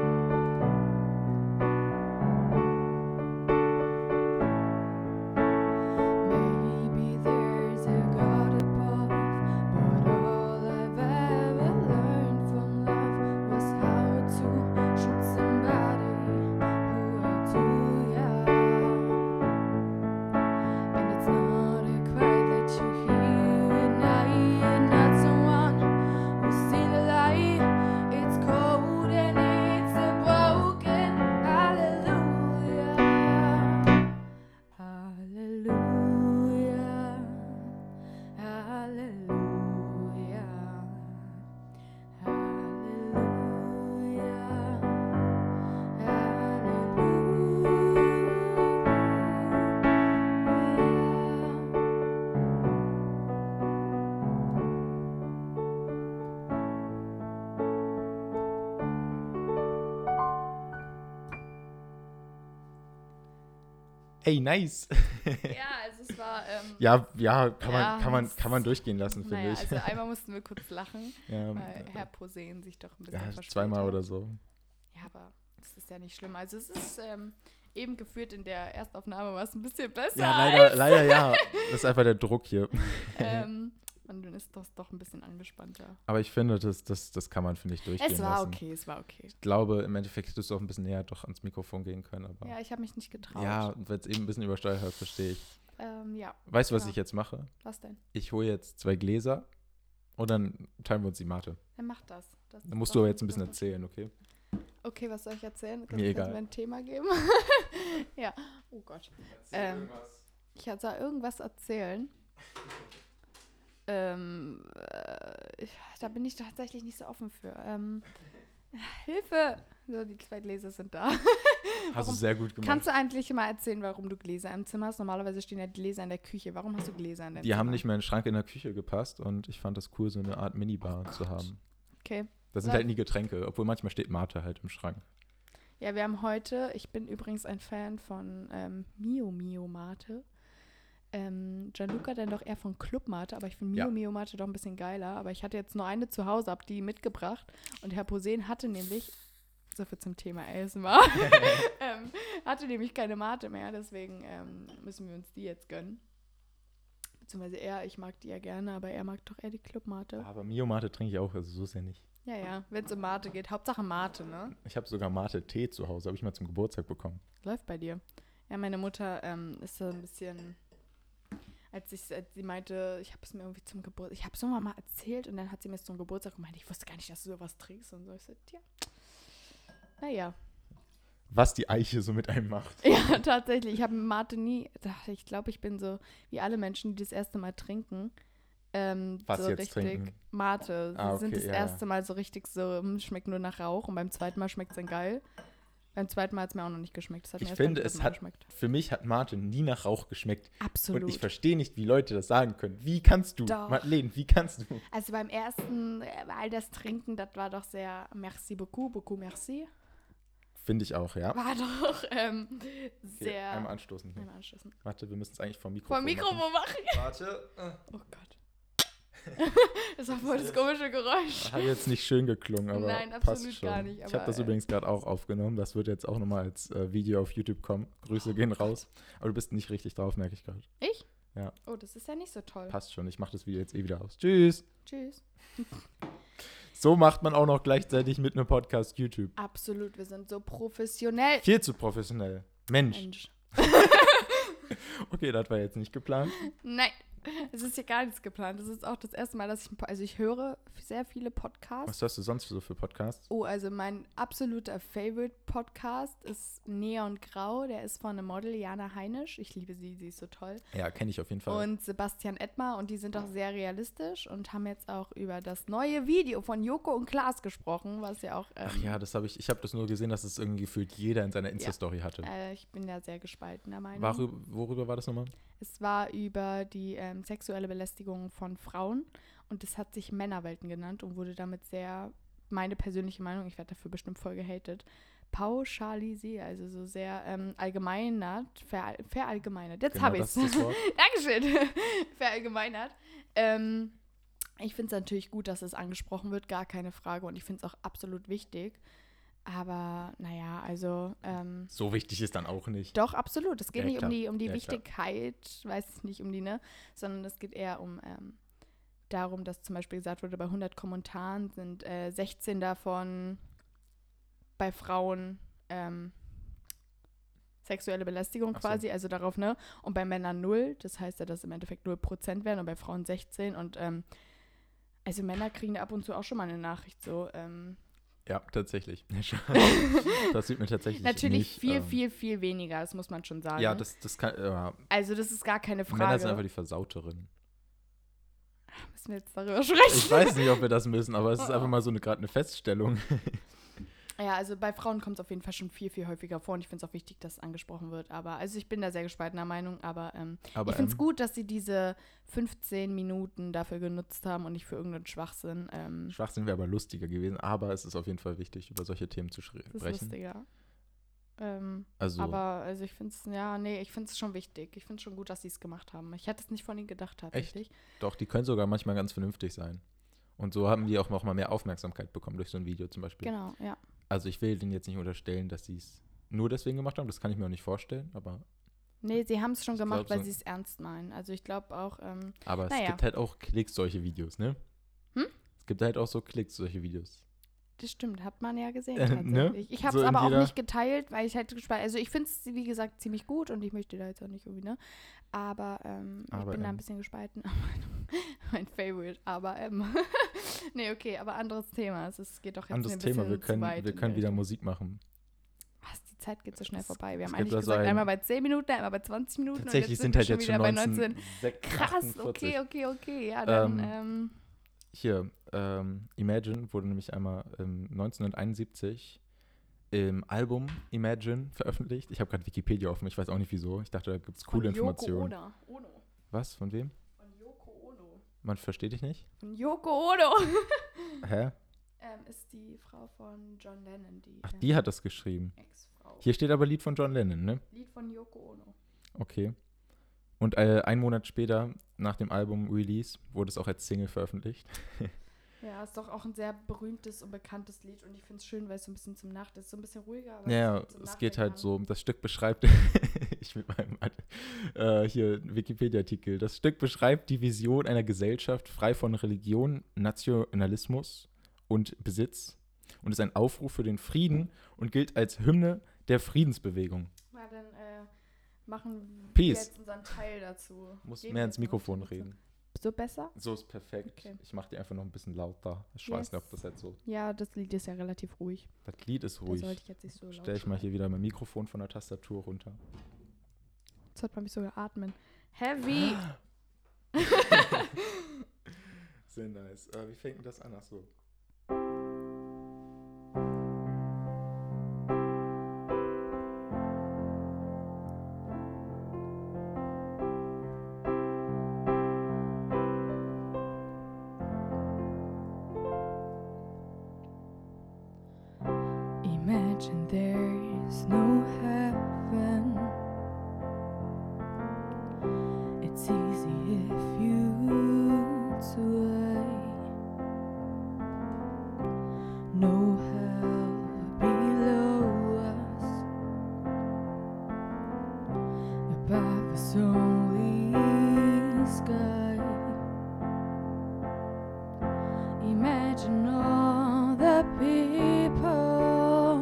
Speaker 3: Maybe there's a God above, but all I've ever learned from love was how to shoot somebody who are too young. And it's not a cry that you hear at night, and not someone who's seen a light. It's cold and it's a broken hallelujah. Hallelujah, Hallelujah, Hallelujah, Hallelujah.
Speaker 1: Ey, nice.
Speaker 2: ja also es war. Ähm,
Speaker 1: Ja, ja, kann man,
Speaker 2: Ja,
Speaker 1: kann man,
Speaker 2: das-
Speaker 1: kann man durchgehen lassen, finde
Speaker 2: naja,
Speaker 1: ich.
Speaker 2: also äh, einmal mussten wir kurz lachen,
Speaker 1: ja,
Speaker 2: weil Herr Posehn sich doch ein bisschen
Speaker 1: ja,
Speaker 2: verspielt
Speaker 1: zweimal
Speaker 2: hat.
Speaker 1: oder so.
Speaker 2: Ja, aber das ist ja nicht schlimm. Also es ist ähm, eben geführt in der Erstaufnahme war es ein bisschen besser.
Speaker 1: Ja, leider, leider ja. Das ist einfach der Druck hier.
Speaker 2: ähm, und dann ist das doch ein bisschen angespannter.
Speaker 1: Aber ich finde, das, das, das kann man, finde ich, durchgehen
Speaker 2: Es war
Speaker 1: lassen.
Speaker 2: okay, es war okay.
Speaker 1: Ich glaube, im Endeffekt hättest du auch ein bisschen näher doch ans Mikrofon gehen können. Aber
Speaker 2: Ja, ich habe mich nicht getraut.
Speaker 1: ja, wenn es eben ein bisschen übersteuert hat, verstehe ich.
Speaker 2: Ähm, ja,
Speaker 1: Weißt du, was
Speaker 2: Ja.
Speaker 1: ich jetzt mache?
Speaker 2: was denn?
Speaker 1: Ich hole jetzt zwei Gläser und dann teilen wir uns die Mate.
Speaker 2: Dann mach das. das
Speaker 1: Dann
Speaker 2: ist
Speaker 1: musst
Speaker 2: doch
Speaker 1: du aber jetzt ein bisschen
Speaker 2: super.
Speaker 1: erzählen, okay?
Speaker 2: Okay, was soll ich erzählen?
Speaker 1: Mir
Speaker 2: kannst
Speaker 1: egal.
Speaker 2: du mir ein Thema geben? ja. Oh Gott. Ähm. Ich soll irgendwas erzählen. Ähm, äh, ich- da bin ich tatsächlich nicht so offen für. Ähm, Hilfe! So, die zwei Gläser sind da.
Speaker 1: Hast du
Speaker 2: Warum-
Speaker 1: sehr gut gemacht.
Speaker 2: Kannst du eigentlich mal erzählen, warum du Gläser im Zimmer hast? Normalerweise stehen ja Gläser in der Küche. Warum hast du Gläser in der
Speaker 1: Die haben nicht mehr einen Schrank in der Küche gepasst und ich fand das cool, so eine Art Minibar
Speaker 2: Oh
Speaker 1: zu haben.
Speaker 2: Okay.
Speaker 1: Da sind
Speaker 2: Leute.
Speaker 1: halt nie Getränke, obwohl manchmal steht Mate halt im Schrank.
Speaker 2: Ja, wir haben heute, ich bin übrigens ein Fan von ähm, Mio Mio Mate. Ähm, Gianluca dann doch eher von Club Mate, aber ich finde Mio
Speaker 1: Ja.
Speaker 2: Mio Mate doch ein bisschen geiler. Aber ich hatte jetzt nur eine zu Hause, hab die mitgebracht. Und Herr Posen hatte nämlich, so viel zum Thema ASMR, ähm, hatte nämlich keine Mate mehr. Deswegen ähm, müssen wir uns die jetzt gönnen. Beziehungsweise er, ich mag die ja gerne, aber er mag doch eher die Club Mate.
Speaker 1: Aber Mio Mate trinke ich auch, also so ist ja nicht.
Speaker 2: Ja, ja, wenn es um Mate geht. Hauptsache Mate, ne?
Speaker 1: Ich habe sogar Mate Tee zu Hause, habe ich mal zum Geburtstag bekommen.
Speaker 2: Läuft bei dir. Ja, meine Mutter ähm, ist so ein bisschen, als ich, als sie meinte, ich habe es mir irgendwie zum Geburtstag, ich habe es irgendwann mal erzählt und dann hat sie mir es zum Geburtstag gemeint, ich wusste gar nicht, dass du sowas trinkst und so. Ich so, tja, naja.
Speaker 1: Was die Eiche so mit einem macht.
Speaker 2: Ja, tatsächlich, ich habe Mate nie, ach, ich glaube, ich bin so, wie alle Menschen, die das erste Mal trinken, ähm,
Speaker 1: Was
Speaker 2: so
Speaker 1: jetzt
Speaker 2: richtig
Speaker 1: trinken?
Speaker 2: Mate. Sie
Speaker 1: Ah,
Speaker 2: sind
Speaker 1: okay,
Speaker 2: das
Speaker 1: ja, ja.
Speaker 2: erste Mal so richtig so, hm, schmeckt nur nach Rauch und beim zweiten Mal schmeckt es dann geil. Beim zweiten Mal hat es mir auch noch nicht geschmeckt. Das hat mir
Speaker 1: Ich
Speaker 2: erst beim
Speaker 1: finde,
Speaker 2: dritten
Speaker 1: es
Speaker 2: Mal
Speaker 1: hat,
Speaker 2: geschmeckt.
Speaker 1: für mich hat Mate nie nach Rauch geschmeckt.
Speaker 2: Absolut.
Speaker 1: Und ich verstehe nicht, wie Leute das sagen können. Wie kannst du,
Speaker 2: Doch.
Speaker 1: Madeleine, wie kannst du?
Speaker 2: Also beim ersten, äh, all das Trinken, das war doch sehr merci beaucoup, beaucoup merci.
Speaker 1: Finde ich auch, ja.
Speaker 2: War doch ähm,
Speaker 1: Okay,
Speaker 2: sehr.
Speaker 1: einmal anstoßen hier.
Speaker 2: Einmal anschließen.
Speaker 1: Warte, wir müssen es eigentlich vom Mikrofon
Speaker 2: Vom Mikrofon machen.
Speaker 1: Machen. Warte. äh,
Speaker 2: Oh Gott. das war voll das komische Geräusch.
Speaker 1: Hat jetzt nicht schön geklungen, aber
Speaker 2: Nein,
Speaker 1: passt
Speaker 2: absolut
Speaker 1: schon.
Speaker 2: gar nicht,
Speaker 1: ich
Speaker 2: aber,
Speaker 1: habe das
Speaker 2: äh,
Speaker 1: übrigens gerade auch aufgenommen. Das wird jetzt auch nochmal als äh, Video auf YouTube kommen. Grüße gehen
Speaker 2: Oh
Speaker 1: raus. Aber du bist nicht richtig drauf, merke ich gerade.
Speaker 2: Ich?
Speaker 1: Ja.
Speaker 2: Oh, das ist ja nicht so toll.
Speaker 1: Passt schon. Ich mache das Video jetzt eh wieder aus. Tschüss.
Speaker 2: Tschüss.
Speaker 1: So macht man auch noch gleichzeitig mit einem Podcast YouTube.
Speaker 2: Absolut, wir sind so professionell.
Speaker 1: Viel zu professionell. Mensch.
Speaker 2: Mensch.
Speaker 1: Okay, das war jetzt nicht geplant.
Speaker 2: Nein, es ist hier gar nichts geplant. Das ist auch das erste Mal, dass ich, einen Po- also ich höre sehr viele Podcasts.
Speaker 1: Was hörst du sonst so für Podcasts?
Speaker 2: Oh, also mein absoluter Favorite-Podcast ist Neon Grau. Der ist von einem Model, Jana Heinisch. Ich liebe sie, sie ist so toll.
Speaker 1: Ja, kenne ich auf jeden Fall.
Speaker 2: Und Sebastian Edmar. Und die sind auch sehr realistisch und haben jetzt auch über das neue Video von Joko und Klaas gesprochen, was ja auch. Ähm,
Speaker 1: Ach ja, das habe ich. Ich habe das nur gesehen, dass es irgendwie gefühlt jeder in seiner Insta-Story hatte.
Speaker 2: äh, ich bin da sehr gespaltener Meinung.
Speaker 1: Worüber, worüber war das nochmal?
Speaker 2: Es war über die ähm, sexuelle Belästigung von Frauen und das hat sich Männerwelten genannt und wurde damit sehr, meine persönliche Meinung, ich werde dafür bestimmt voll gehatet, pauschalisiert, also so sehr ähm, allgemeinert, ver verallgemeinert. Jetzt habe ich
Speaker 1: Genau das ist
Speaker 2: es.
Speaker 1: das Wort.
Speaker 2: Dankeschön. Verallgemeinert. Ähm, ich finde es natürlich gut, dass es angesprochen wird, gar keine Frage und ich finde es auch absolut wichtig. Aber naja, also ähm,
Speaker 1: So wichtig ist dann auch nicht.
Speaker 2: doch, absolut. Es geht
Speaker 1: Ja,
Speaker 2: nicht
Speaker 1: klar.
Speaker 2: um die, um die
Speaker 1: Ja, klar.
Speaker 2: Wichtigkeit, weiß ich nicht, um die, ne? Sondern es geht eher um ähm, darum, dass zum Beispiel gesagt wurde, bei 100 Kommentaren sind äh, 16 davon bei Frauen ähm, sexuelle Belästigung
Speaker 1: Ach so.
Speaker 2: quasi, also darauf, ne? Und bei Männern null, das heißt ja, dass im Endeffekt 0% wären und bei Frauen 16 und ähm, also Männer kriegen da ab und zu auch schon mal eine Nachricht so, ähm,
Speaker 1: Ja, tatsächlich. das sieht mir tatsächlich
Speaker 2: Natürlich
Speaker 1: nicht,
Speaker 2: viel,
Speaker 1: ähm,
Speaker 2: viel, viel weniger, das muss man schon sagen.
Speaker 1: Ja, das, das kann. Äh,
Speaker 2: also das ist gar keine Frage.
Speaker 1: Männer sind einfach die Versauteren.
Speaker 2: Müssen wir jetzt darüber sprechen?
Speaker 1: Ich weiß nicht, ob wir das müssen, aber es ist einfach mal so eine gerade eine Feststellung.
Speaker 2: Ja, also bei Frauen kommt es auf jeden Fall schon viel, viel häufiger vor und ich finde es auch wichtig, dass es angesprochen wird. Aber also ich bin da sehr gespaltener Meinung, aber ähm,
Speaker 1: Aber
Speaker 2: ich finde es
Speaker 1: ähm,
Speaker 2: gut, dass sie diese 15 Minuten dafür genutzt haben und nicht für irgendeinen Schwachsinn. Ähm,
Speaker 1: Schwachsinn wäre aber lustiger gewesen, aber es ist auf jeden Fall wichtig, über solche Themen zu schre-
Speaker 2: das ist
Speaker 1: sprechen.
Speaker 2: lustiger. Ähm,
Speaker 1: Also,
Speaker 2: Aber also ich finde es, ja, nee, ich finde es schon wichtig. Ich finde es schon gut, dass sie es gemacht haben. Ich hätte es nicht von ihnen gedacht tatsächlich.
Speaker 1: doch, die können sogar manchmal ganz vernünftig sein. Und so haben die auch noch mal mehr Aufmerksamkeit bekommen durch so ein Video zum Beispiel.
Speaker 2: Genau, ja.
Speaker 1: Also ich will denen jetzt nicht unterstellen, dass sie es nur deswegen gemacht haben, das kann ich mir auch nicht vorstellen, aber,
Speaker 2: Nee, sie haben es schon
Speaker 1: Ich
Speaker 2: gemacht,
Speaker 1: glaub,
Speaker 2: weil
Speaker 1: so-
Speaker 2: sie es ernst meinen. Also ich glaube auch, ähm,
Speaker 1: aber
Speaker 2: Naja.
Speaker 1: es gibt halt auch Klicks solche Videos, ne?
Speaker 2: Hm?
Speaker 1: Es gibt halt auch so Klicks solche Videos.
Speaker 2: das stimmt, hat man ja gesehen
Speaker 1: Äh,
Speaker 2: tatsächlich.
Speaker 1: ne?
Speaker 2: Ich habe
Speaker 1: So
Speaker 2: es
Speaker 1: in
Speaker 2: aber auch
Speaker 1: jeder-
Speaker 2: nicht geteilt, weil ich halt gespannt. Also ich finde es, wie gesagt, ziemlich gut und ich möchte da jetzt auch nicht irgendwie, ne? Aber ähm, ich
Speaker 1: Aber,
Speaker 2: bin da ein
Speaker 1: ähm.
Speaker 2: bisschen gespalten. mein Favorite, aber ähm. nee, okay, aber anderes Thema. Es ist, geht doch jetzt mir
Speaker 1: Anderes
Speaker 2: ein bisschen
Speaker 1: Thema, wir können,
Speaker 2: zu weit
Speaker 1: wir
Speaker 2: in
Speaker 1: können
Speaker 2: die
Speaker 1: wieder
Speaker 2: Richtung.
Speaker 1: Musik machen.
Speaker 2: Was, die Zeit geht so schnell
Speaker 1: Es-
Speaker 2: vorbei. Wir
Speaker 1: es
Speaker 2: haben
Speaker 1: gibt
Speaker 2: eigentlich
Speaker 1: da so
Speaker 2: gesagt,
Speaker 1: ein-
Speaker 2: einmal bei 10 Minuten, einmal bei 20 Minuten. und
Speaker 1: Tatsächlich sind halt jetzt schon
Speaker 2: wieder
Speaker 1: 19,
Speaker 2: bei 19.
Speaker 1: sech-
Speaker 2: Krass,
Speaker 1: 48.
Speaker 2: okay, okay, okay. Ja, dann,
Speaker 1: Ähm,
Speaker 2: ähm,
Speaker 1: Hier, ähm, Imagine wurde nämlich einmal ähm, 1971 im Album Imagine veröffentlicht. Ich habe gerade Wikipedia offen, ich weiß auch nicht wieso. Ich dachte, da gibt es coole
Speaker 2: Von Yoko
Speaker 1: Informationen.
Speaker 2: Ono. Ono.
Speaker 1: Was? Von wem?
Speaker 2: Von Yoko Ono.
Speaker 1: Man versteht dich nicht?
Speaker 2: Von Yoko Ono. Hm.
Speaker 1: Hä?
Speaker 2: ähm, ist die Frau von John Lennon, die,
Speaker 1: Ach,
Speaker 2: ähm,
Speaker 1: die hat das geschrieben.
Speaker 2: Ex-Frau.
Speaker 1: Hier steht aber Lied von John Lennon, ne?
Speaker 2: Lied von Yoko Ono.
Speaker 1: Okay. Und äh, einen Monat später, nach dem Album-Release, wurde es auch als Single veröffentlicht.
Speaker 2: Ja, ist doch auch ein sehr berühmtes und bekanntes Lied und ich finde es schön, weil es so ein bisschen zum Nacht ist, so ein bisschen ruhiger. Aber
Speaker 1: Ja,
Speaker 2: zum
Speaker 1: es geht
Speaker 2: Nachdenken
Speaker 1: halt
Speaker 2: an.
Speaker 1: so, das Stück beschreibt, ich mit meinem äh, hier Wikipedia-Artikel, das Stück beschreibt die Vision einer Gesellschaft frei von Religion, Nationalismus und Besitz und ist ein Aufruf für den Frieden und gilt als Hymne der Friedensbewegung.
Speaker 2: Na, dann äh, machen
Speaker 1: Peace.
Speaker 2: wir jetzt unseren Teil dazu.
Speaker 1: Muss
Speaker 2: Gehen wir
Speaker 1: mehr ins
Speaker 2: jetzt noch
Speaker 1: Mikrofon
Speaker 2: dazu.
Speaker 1: reden.
Speaker 2: So besser?
Speaker 1: So ist perfekt.
Speaker 2: Okay.
Speaker 1: Ich mache die einfach noch ein bisschen lauter. Ich weiß nicht, ob
Speaker 2: Yes.
Speaker 1: das jetzt so.
Speaker 2: Ja, das Lied ist ja relativ ruhig.
Speaker 1: Das Lied ist
Speaker 2: ruhig.
Speaker 1: ruhig.
Speaker 2: Da sollte ich jetzt nicht so laut
Speaker 1: Stell ich mal
Speaker 2: schreien.
Speaker 1: hier wieder mein Mikrofon von der Tastatur runter.
Speaker 2: Jetzt hört man mich sogar atmen. Heavy!
Speaker 1: Sehr nice. wie fängt denn das an? Ach so.
Speaker 3: Imagine there's no heaven. It's easy if you try. No hell below us. Above us only sky. Imagine all the people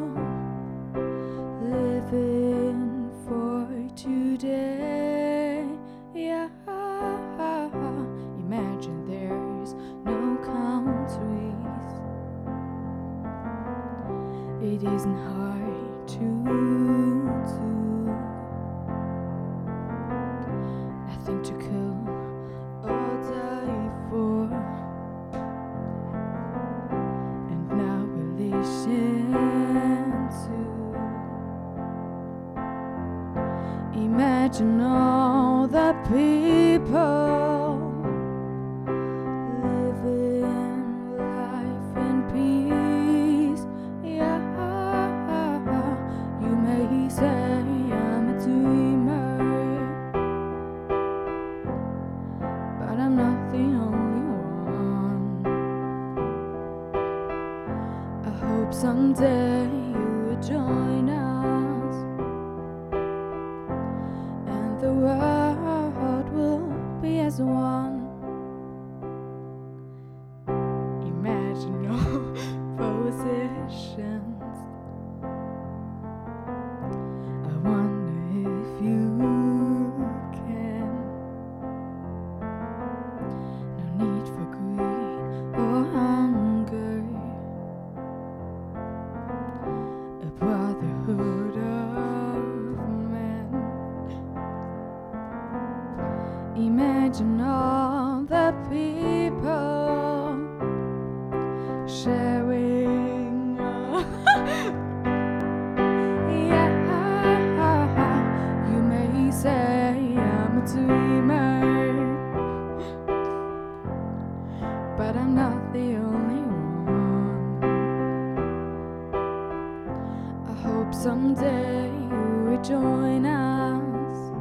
Speaker 3: living for today. Yeah. Imagine there's no countries. It isn't hard to do. Nothing to kill or die for and now relation to imagine all the people living life in peace yeah you may say i'm a dreamer but i'm not the only one I hope someday you will join us and the world will be as one. Imagine all positions. I wonder if you can. No need for greed or hunger a brotherhood of men. Imagine all the people sharing. a- yeah, you may say I'm a dreamer, but I'm not the only one. I hope someday you will join us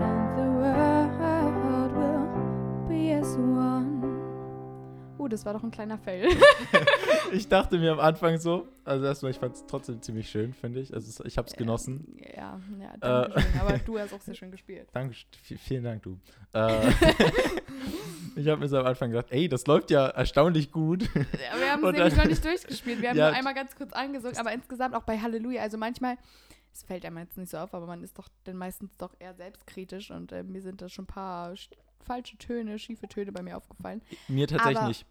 Speaker 3: and the world will be as one. Uh,
Speaker 2: Oh, das war doch ein kleiner Fail.
Speaker 1: Ich dachte mir am Anfang so, also erstmal, ich fand es trotzdem ziemlich schön, finde ich. Also es- ich habe es genossen.
Speaker 2: Äh, Ja, ja,
Speaker 1: Äh.
Speaker 2: danke schön. Aber du hast auch sehr schön gespielt.
Speaker 1: Danke, vielen Dank, du. Äh, ich habe mir so am Anfang gedacht, ey, das läuft ja erstaunlich gut.
Speaker 2: Ja, wir haben
Speaker 1: Und
Speaker 2: es nämlich
Speaker 1: dann-
Speaker 2: noch nicht durchgespielt. Wir haben
Speaker 1: Ja,
Speaker 2: nur einmal ganz kurz angesungen, aber insgesamt auch bei Halleluja. Also manchmal, es fällt einem jetzt nicht so auf, aber man ist doch dann meistens doch eher selbstkritisch und äh, mir sind da schon ein paar sch- falsche Töne, schiefe Töne bei mir aufgefallen.
Speaker 1: Mir tatsächlich
Speaker 2: Aber-
Speaker 1: nicht.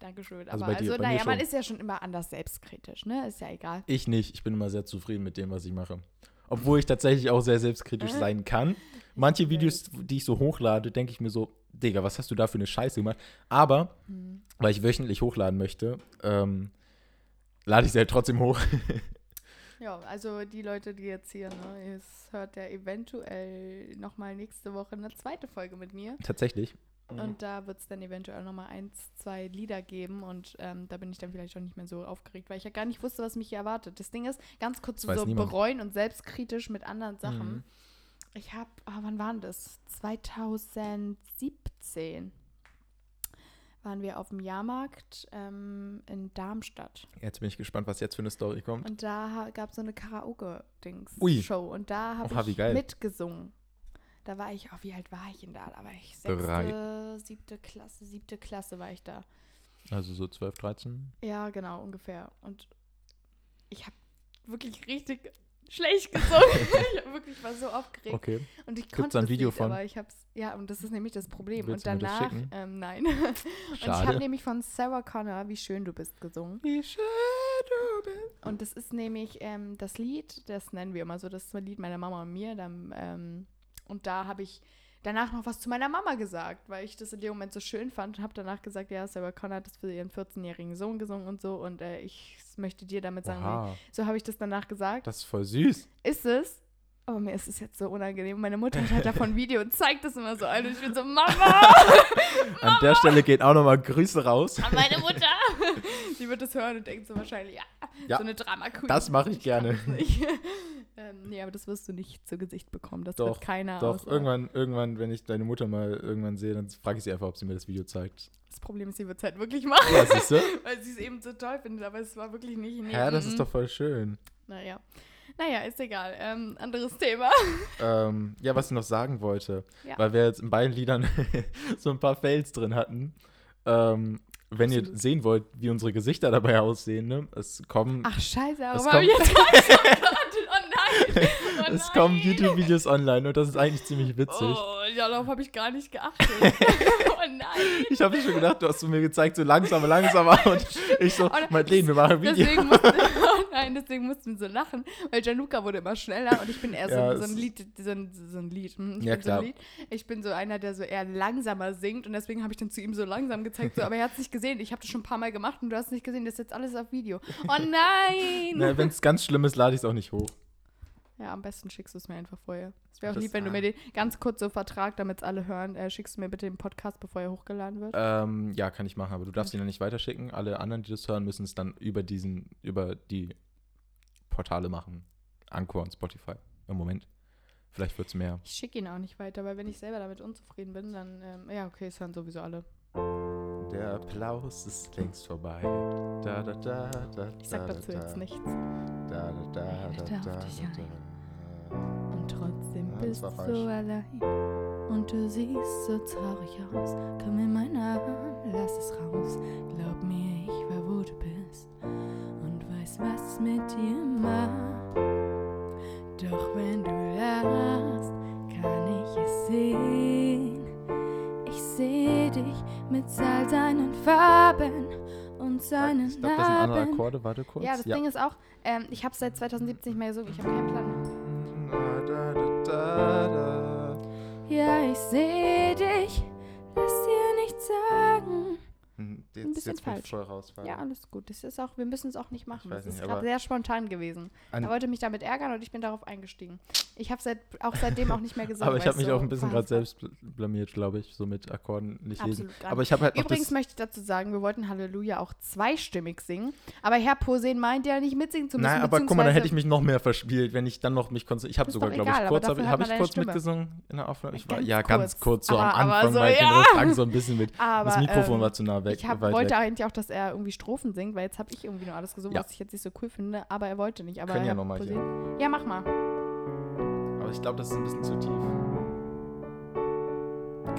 Speaker 2: Dankeschön.
Speaker 1: Also
Speaker 2: Ah, Aber
Speaker 1: bei dir-
Speaker 2: also,
Speaker 1: bei mir
Speaker 2: naja, man
Speaker 1: schon.
Speaker 2: ist ja schon immer anders selbstkritisch, ne? Ist ja egal.
Speaker 1: Ich nicht. Ich bin immer sehr zufrieden mit dem, was ich mache. Obwohl ich tatsächlich auch sehr selbstkritisch sein kann. Manche Videos, die ich so hochlade, denke ich mir so, Digga, was hast du da
Speaker 2: Hm.
Speaker 1: für eine Scheiße gemacht? Aber, weil ich wöchentlich hochladen möchte, ähm, Lade ich sie halt trotzdem hoch.
Speaker 2: Ja, also die Leute, die jetzt hier, ne, es hört ja eventuell nochmal nächste Woche eine zweite Folge mit mir.
Speaker 1: Tatsächlich.
Speaker 2: Und da wird es dann eventuell nochmal eins, zwei Lieder geben und ähm, da bin ich dann vielleicht auch nicht mehr so aufgeregt, weil ich ja gar nicht wusste, was mich hier erwartet. Das Ding ist, ganz kurz
Speaker 1: weiß
Speaker 2: so
Speaker 1: niemand.
Speaker 2: bereuen und selbstkritisch mit anderen Sachen.
Speaker 1: Mhm.
Speaker 2: Ich habe, ah, wann waren das? 2017 waren wir auf dem Jahrmarkt ähm, in Darmstadt.
Speaker 1: Jetzt bin ich gespannt, was jetzt für eine Story kommt.
Speaker 2: Und da gab es so eine
Speaker 1: Ui.
Speaker 2: Karaoke-Dings-Show. Und da habe
Speaker 1: Oha, wie
Speaker 2: ich
Speaker 1: geil.
Speaker 2: mitgesungen. Da war ich, oh, wie alt war ich denn da? Da war ich sechste, siebte Klasse, siebte Klasse war ich da.
Speaker 1: Also so 12, 13.
Speaker 2: Ja, genau, ungefähr. Und ich habe wirklich richtig schlecht gesungen. ich hab wirklich war so aufgeregt.
Speaker 1: Okay.
Speaker 2: Und ich
Speaker 1: Gibt's
Speaker 2: konnte
Speaker 1: da ein
Speaker 2: das
Speaker 1: Video
Speaker 2: nicht,
Speaker 1: von?
Speaker 2: aber ich hab's, ja, und das ist nämlich das Problem.
Speaker 1: Willst du mir
Speaker 2: und
Speaker 1: das
Speaker 2: danach,
Speaker 1: schicken?
Speaker 2: ähm, nein. und ich ne- habe
Speaker 1: Schade.
Speaker 2: nämlich von Sarah Connor, Wie schön du bist, gesungen.
Speaker 1: Wie schön du bist.
Speaker 2: Und das ist nämlich ähm, das Lied, das nennen wir immer so, das ist ein Lied meiner Mama und mir. Dann, ähm, und da habe ich danach noch was zu meiner Mama gesagt, weil ich das in dem Moment so schön fand und habe danach gesagt, ja, Sarah Connor hat das für ihren 14-jährigen Sohn gesungen und so und äh, ich möchte dir damit sagen,
Speaker 1: Oha,
Speaker 2: so habe ich das danach gesagt.
Speaker 1: das ist voll süß.
Speaker 2: ist es, aber mir ist es jetzt so unangenehm. Meine Mutter hat halt davon ein Video und zeigt das immer so an und ich bin so, Mama,
Speaker 1: An der Stelle gehen auch nochmal Grüße raus.
Speaker 2: an meine Mutter. Die wird das hören und denkt so wahrscheinlich, ja,
Speaker 1: Ja,
Speaker 2: so eine Drama-Queen.
Speaker 1: Das mache ich
Speaker 2: kann
Speaker 1: gerne.
Speaker 2: das nicht. ähm, nee, aber das wirst du nicht zu Gesicht bekommen. Das
Speaker 1: Doch,
Speaker 2: wird keiner
Speaker 1: Doch,
Speaker 2: außer-
Speaker 1: irgendwann, irgendwann, wenn ich deine Mutter mal irgendwann sehe, dann frage ich sie einfach, ob sie mir das Video zeigt.
Speaker 2: Das Problem ist, sie wird es halt wirklich machen,
Speaker 1: Ja, siehst du?
Speaker 2: weil sie es eben so toll findet, aber es war wirklich nicht. nee,
Speaker 1: Hä, das
Speaker 2: mm,
Speaker 1: ist doch voll schön.
Speaker 2: Naja. Naja, ist egal. Ähm, anderes Thema.
Speaker 1: Ähm, ja, was ich noch sagen wollte,
Speaker 2: Ja.
Speaker 1: weil wir jetzt in beiden Liedern so ein paar Fails drin hatten. Ähm, wenn ihr
Speaker 2: Absolut.
Speaker 1: sehen wollt, wie unsere Gesichter dabei aussehen, ne? Es kommen,
Speaker 2: Ach, scheiße,
Speaker 1: Es
Speaker 2: aber ich jetzt gerade so geantwortet. Oh nein! Oh
Speaker 1: es kommen
Speaker 2: nein.
Speaker 1: YouTube-Videos online und das ist eigentlich ziemlich witzig.
Speaker 2: Oh, darauf habe ich gar nicht geachtet. oh nein.
Speaker 1: Ich habe schon gedacht, du hast mir gezeigt, so langsam, langsamer und ich so,
Speaker 2: Oder-
Speaker 1: Madeleine, wir machen ein Video.
Speaker 2: Deswegen mussten, oh nein, deswegen mussten wir so lachen, weil Gianluca wurde immer schneller und ich bin eher so,
Speaker 1: Ja,
Speaker 2: so ein
Speaker 1: es-
Speaker 2: Lied, so ein, so ein Lied. Hm, ich
Speaker 1: Ja,
Speaker 2: bin so ein
Speaker 1: klar.
Speaker 2: Lied. Ich bin so einer, der so eher langsamer singt und deswegen habe ich dann zu ihm so langsam gezeigt, so, aber er hat es nicht gesehen. Ich habe das schon ein paar Mal gemacht und du hast es nicht gesehen, das ist jetzt alles auf Video. Oh nein!
Speaker 1: Wenn es ganz schlimm ist, lade ich es auch nicht hoch.
Speaker 2: Ja, am besten schickst du es mir einfach vorher. Es wäre auch
Speaker 1: Das-
Speaker 2: lieb, wenn du
Speaker 1: ah.
Speaker 2: mir den ganz kurz so Vertrag, damit es alle hören, äh, schickst du mir bitte den Podcast, bevor er hochgeladen wird.
Speaker 1: Ähm, ja, kann ich machen, aber du darfst ihn dann nicht weiterschicken. Alle anderen, die das hören, müssen es dann über diesen, über die Portale machen. Anchor und Spotify. Im Moment. Vielleicht wird es mehr.
Speaker 2: Ich schicke ihn auch nicht weiter, weil wenn ich selber damit unzufrieden bin, dann, ähm, ja, okay, es hören sowieso alle.
Speaker 1: Der Applaus ist längst vorbei. Da, da, da, da,
Speaker 2: Ich sag
Speaker 1: da,
Speaker 2: dazu
Speaker 1: da,
Speaker 2: jetzt nichts.
Speaker 1: Da, da, da, da,
Speaker 2: Ich
Speaker 1: da,
Speaker 2: darf
Speaker 1: da,
Speaker 2: dich
Speaker 1: da.
Speaker 2: Und trotzdem
Speaker 1: Ja, das
Speaker 2: bist du
Speaker 1: war falsch.
Speaker 2: so allein. Und du siehst so traurig aus. Komm in meine Arme, lass es raus. Glaub mir, ich war, wo du bist. Und weiß, was mit dir macht. Doch wenn du lachst, kann ich es sehen. Ich seh dich mit all deinen Farben und seinen
Speaker 1: Ich glaube, das sind andere
Speaker 2: Narben.
Speaker 1: Akkorde. Warte kurz.
Speaker 2: Ja, das Ding ist auch, ähm, ich habe seit 2017 nicht mehr gesungen. Ich habe keinen Plan.
Speaker 1: Da, da, da, da, da.
Speaker 2: Ja, ich sehe dich, lass dir nichts sagen.
Speaker 1: Hm, Jetzt,
Speaker 2: bisschen
Speaker 1: jetzt bin ich
Speaker 2: falsch.
Speaker 1: voll raus. warte.
Speaker 2: Ja, alles gut. Das ist auch, wir müssen es auch nicht machen.
Speaker 1: Ich weiß
Speaker 2: Das ist
Speaker 1: nicht,
Speaker 2: gerade
Speaker 1: aber-
Speaker 2: sehr spontan gewesen.
Speaker 1: An-
Speaker 2: er wollte mich damit ärgern und ich bin darauf eingestiegen. Ich habe seit, auch seitdem auch nicht mehr gesungen.
Speaker 1: Aber ich
Speaker 2: weil
Speaker 1: habe
Speaker 2: es
Speaker 1: mich
Speaker 2: so
Speaker 1: auch ein bisschen gerade
Speaker 2: verhangen
Speaker 1: selbst bl- blamiert, glaube ich, so mit Akkorden nicht lesen.
Speaker 2: Absolut gar
Speaker 1: Aber ich habe halt
Speaker 2: war.
Speaker 1: noch
Speaker 2: Übrigens
Speaker 1: das,
Speaker 2: möchte ich dazu sagen, wir wollten Halleluja auch zweistimmig singen, aber Herr Posen meinte ja nicht mitsingen zu müssen.
Speaker 1: Nein, aber guck mal, da hätte ich
Speaker 2: beziehungsweise-
Speaker 1: mich noch mehr verspielt, wenn ich dann noch mich konzentriert. Ich habe
Speaker 2: Ist
Speaker 1: sogar,
Speaker 2: doch
Speaker 1: glaube ich,
Speaker 2: egal, aber
Speaker 1: kurz,
Speaker 2: dafür
Speaker 1: habe
Speaker 2: hat
Speaker 1: hab
Speaker 2: man
Speaker 1: ich
Speaker 2: deine
Speaker 1: kurz
Speaker 2: Stimme.
Speaker 1: mitgesungen in der Aufnahme. Ich war,
Speaker 2: Ganz
Speaker 1: ja, ganz
Speaker 2: kurz.
Speaker 1: kurz, so
Speaker 2: Aber-
Speaker 1: am
Speaker 2: aber
Speaker 1: Anfang,
Speaker 2: so,
Speaker 1: weil ich
Speaker 2: ja.
Speaker 1: den Refrain so ein bisschen mit.
Speaker 2: aber,
Speaker 1: das Mikrofon
Speaker 2: ähm,
Speaker 1: war zu nah weg.
Speaker 2: Ich hab,
Speaker 1: weit
Speaker 2: wollte
Speaker 1: weg.
Speaker 2: eigentlich auch, dass er irgendwie Strophen singt, weil jetzt habe ich irgendwie nur alles gesungen,
Speaker 1: Ja.
Speaker 2: was ich jetzt nicht so cool finde, aber er wollte nicht. Aber
Speaker 1: Können ja
Speaker 2: Herr
Speaker 1: noch mal hier.
Speaker 2: Posen- Ja, mach mal.
Speaker 1: Aber ich glaube, das ist ein bisschen zu tief.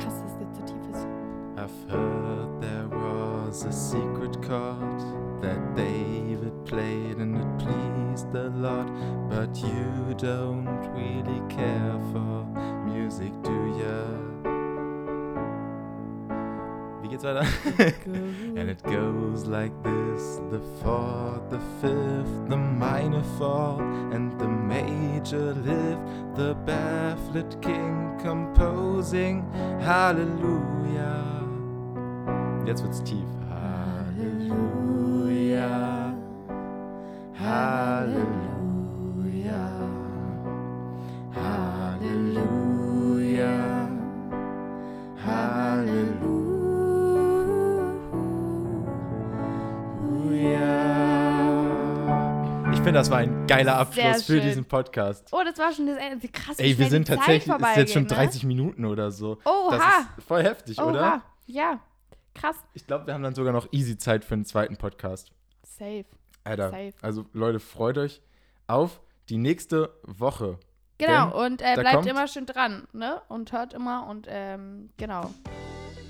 Speaker 2: Krass, dass der zu tief ist.
Speaker 1: I've heard there was a secret chord that David played and it pleased the Lord. But you don't really care for music, do ya? Wie geht's weiter? and it goes like this the fourth, the fifth, the minor fall, and the major lift. The baffled king composing Halleluja. Jetzt wird's tief. Halleluja. Oh, finde, das war ein geiler Abschluss
Speaker 2: Sehr
Speaker 1: für
Speaker 2: schön.
Speaker 1: diesen Podcast.
Speaker 2: Oh, das war schon das Ende. Wie Krass, wie
Speaker 1: Ey, wir
Speaker 2: schnell
Speaker 1: sind
Speaker 2: die Zeit
Speaker 1: tatsächlich, ist jetzt schon
Speaker 2: vorbeigeht, ne?
Speaker 1: 30 Minuten oder so.
Speaker 2: Oha.
Speaker 1: Das ist voll heftig,
Speaker 2: Oha.
Speaker 1: oder?
Speaker 2: Ja, krass.
Speaker 1: Ich glaube, wir haben dann sogar noch easy Zeit für einen zweiten Podcast.
Speaker 2: Safe.
Speaker 1: Alter,
Speaker 2: Safe.
Speaker 1: also Leute, freut euch auf die nächste Woche.
Speaker 2: Genau, und äh,
Speaker 1: da
Speaker 2: bleibt
Speaker 1: kommt-
Speaker 2: immer schön dran, ne? Und hört immer und ähm, genau.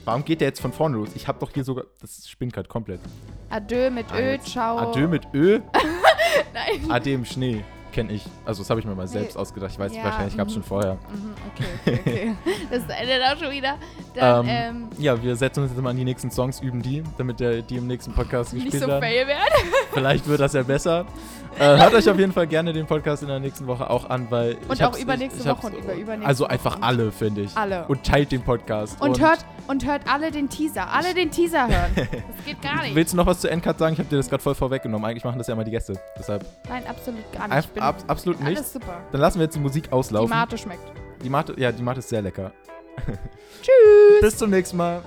Speaker 1: Warum geht der jetzt von vorne los? Ich habe doch hier sogar, das spinnt gerade komplett.
Speaker 2: Adieu mit
Speaker 1: Ah,
Speaker 2: Ö,
Speaker 1: jetzt.
Speaker 2: ciao.
Speaker 1: Adieu mit Ö,
Speaker 2: Nein.
Speaker 1: Ade im Schnee, kenne ich. Also das habe ich mir mal selbst ausgedacht. Ich weiß,
Speaker 2: Ja,
Speaker 1: wahrscheinlich gab es schon
Speaker 2: mhm.
Speaker 1: vorher.
Speaker 2: Mhm, okay, okay, okay. Das endet auch schon wieder. Dann, ähm,
Speaker 1: ähm, ja, wir setzen uns jetzt mal an die nächsten Songs, üben die, damit der, die im nächsten Podcast
Speaker 2: nicht
Speaker 1: gespielt
Speaker 2: so
Speaker 1: werden.
Speaker 2: fail werden.
Speaker 1: Vielleicht wird das ja besser. Äh, hört euch auf jeden Fall gerne den Podcast in der nächsten Woche auch an, weil
Speaker 2: Und
Speaker 1: ich
Speaker 2: auch
Speaker 1: hab's- ich-
Speaker 2: übernächste
Speaker 1: ich hab's-
Speaker 2: Woche und überübernächste
Speaker 1: Also
Speaker 2: Woche
Speaker 1: einfach
Speaker 2: und-
Speaker 1: alle, finde ich.
Speaker 2: Alle.
Speaker 1: Und teilt den Podcast.
Speaker 2: Und, hört, und hört alle den Teaser. Alle den Teaser hören. Das geht gar nicht.
Speaker 1: Willst du noch was zu Endcard sagen? Ich habe dir das gerade voll vorweggenommen. Eigentlich machen das ja immer die Gäste. Deshalb
Speaker 2: Nein, absolut gar nicht. Ich
Speaker 1: ab,
Speaker 2: bin
Speaker 1: ab, absolut nicht.
Speaker 2: alles super.
Speaker 1: Dann lassen wir jetzt die Musik
Speaker 2: Die
Speaker 1: auslaufen.
Speaker 2: Mate schmeckt.
Speaker 1: Die Mate, ja, die Mate ist sehr lecker.
Speaker 2: Tschüss.
Speaker 1: Bis zum nächsten Mal.